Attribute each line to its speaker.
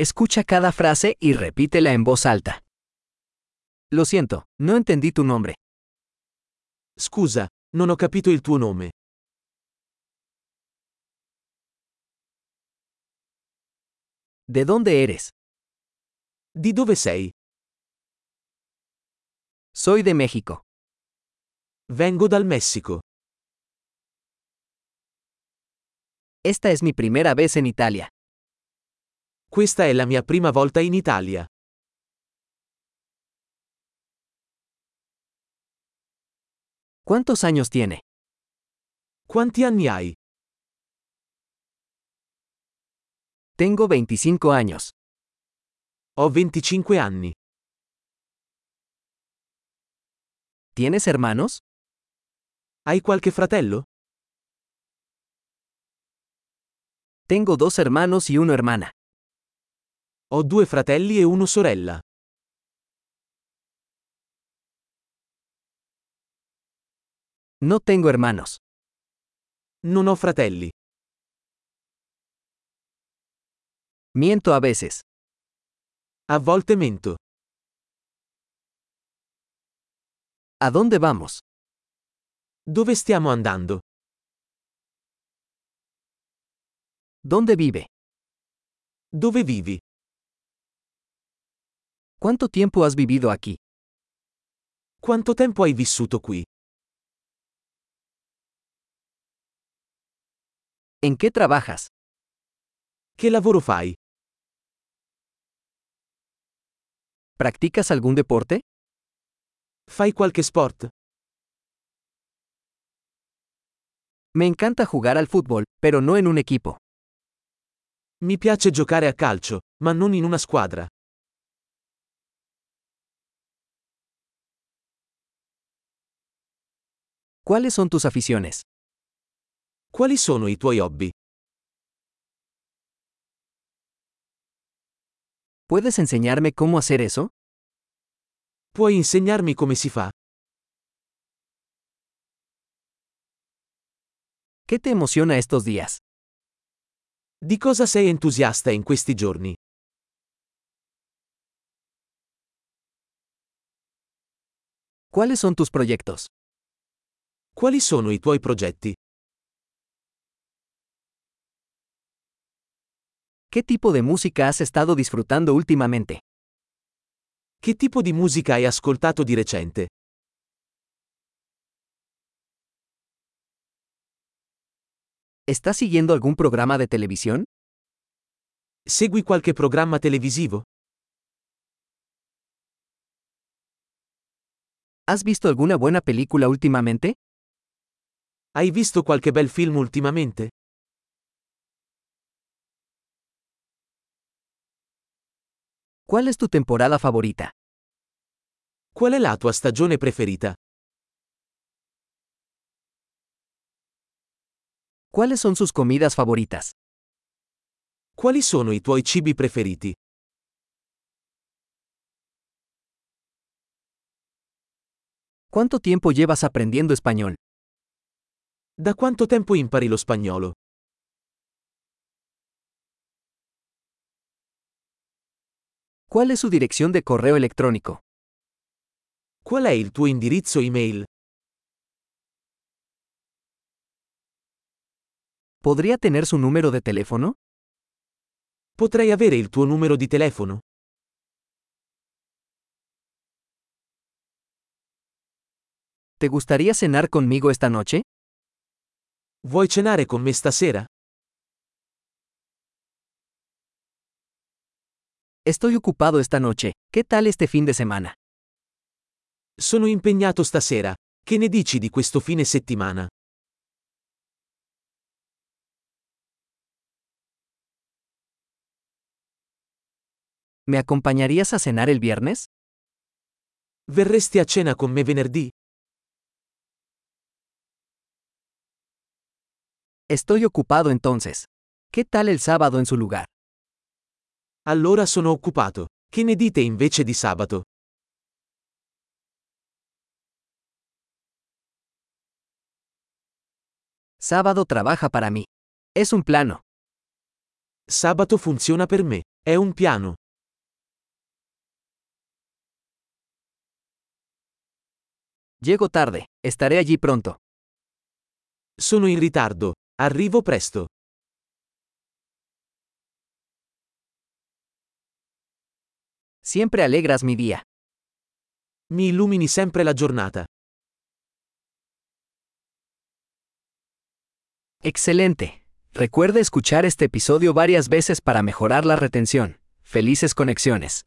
Speaker 1: Escucha cada frase y repítela en voz alta. Lo siento, no entendí tu nombre.
Speaker 2: Scusa, non ho capito il tuo nome.
Speaker 1: ¿De dónde eres?
Speaker 2: Di dove sei?
Speaker 1: Soy de México.
Speaker 2: Vengo dal Messico.
Speaker 1: Esta es mi primera vez en Italia.
Speaker 2: Questa è la mia prima volta in Italia.
Speaker 1: ¿Cuántos años tiene?
Speaker 2: Quanti anni hai?
Speaker 1: Tengo 25 años.
Speaker 2: Ho 25 anni.
Speaker 1: ¿Tienes hermanos?
Speaker 2: Hai qualche fratello?
Speaker 1: Tengo dos hermanos y una hermana.
Speaker 2: Ho due fratelli e una sorella.
Speaker 1: No tengo hermanos.
Speaker 2: Non ho fratelli.
Speaker 1: Miento a veces.
Speaker 2: A volte mento.
Speaker 1: ¿A dónde vamos?
Speaker 2: Dove stiamo andando?
Speaker 1: ¿Dónde vive?
Speaker 2: Dove vivi?
Speaker 1: ¿Cuánto tiempo has vivido aquí?
Speaker 2: Quanto tempo hai vissuto qui?
Speaker 1: ¿En qué trabajas?
Speaker 2: Che lavoro fai?
Speaker 1: ¿Practicas algún deporte?
Speaker 2: Fai qualche sport?
Speaker 1: Me encanta jugar al fútbol, pero no en un equipo.
Speaker 2: Mi piace giocare a calcio, ma non in una squadra.
Speaker 1: ¿Cuáles son tus aficiones?
Speaker 2: Quali sono i tuoi hobby?
Speaker 1: ¿Puedes enseñarme cómo hacer eso?
Speaker 2: Puoi insegnarmi come si fa?
Speaker 1: ¿Qué te emociona estos días?
Speaker 2: Di cosa sei entusiasta in questi giorni?
Speaker 1: ¿Cuáles son tus proyectos?
Speaker 2: Quali sono i tuoi progetti?
Speaker 1: ¿Qué tipo de música has estado disfrutando últimamente?
Speaker 2: Che tipo di musica hai ascoltato di recente?
Speaker 1: ¿Estás siguiendo algún programa de televisión?
Speaker 2: Segui qualche programma televisivo?
Speaker 1: ¿Has visto alguna buena película últimamente?
Speaker 2: Hai visto qualche bel film ultimamente?
Speaker 1: ¿Cuál es tu temporada favorita?
Speaker 2: Qual è la tua stagione preferita?
Speaker 1: ¿Cuáles son sus comidas favoritas?
Speaker 2: Quali sono i tuoi cibi preferiti?
Speaker 1: ¿Cuánto tiempo llevas aprendiendo español?
Speaker 2: Da quanto tempo impari lo spagnolo?
Speaker 1: ¿Cuál es su dirección de correo electrónico?
Speaker 2: Qual è il tuo indirizzo email?
Speaker 1: ¿Podría tener su número de teléfono?
Speaker 2: Potrei avere il tuo numero di telefono?
Speaker 1: ¿Te gustaría cenar conmigo esta noche?
Speaker 2: Vuoi cenare con me stasera?
Speaker 1: Estoy ocupado esta noche. ¿Qué tal este fin de semana?
Speaker 2: Sono impegnato stasera. Che ne dici di questo fine settimana?
Speaker 1: ¿Me acompañarías a cenar el viernes?
Speaker 2: Verresti a cena con me venerdì?
Speaker 1: Estoy ocupado entonces. ¿Qué tal el sábado en su lugar?
Speaker 2: Allora sono occupato. Che ne dite invece di sabato?
Speaker 1: Sábado trabaja para mí. Es un plano.
Speaker 2: Sabato funziona per me. È un piano.
Speaker 1: Llego tarde, estaré allí pronto.
Speaker 2: Sono in ritardo. Arrivo presto.
Speaker 1: Siempre alegras mi día.
Speaker 2: Mi illumini sempre la giornata.
Speaker 1: Excelente. Recuerda escuchar este episodio varias veces para mejorar la retención. Felices conexiones.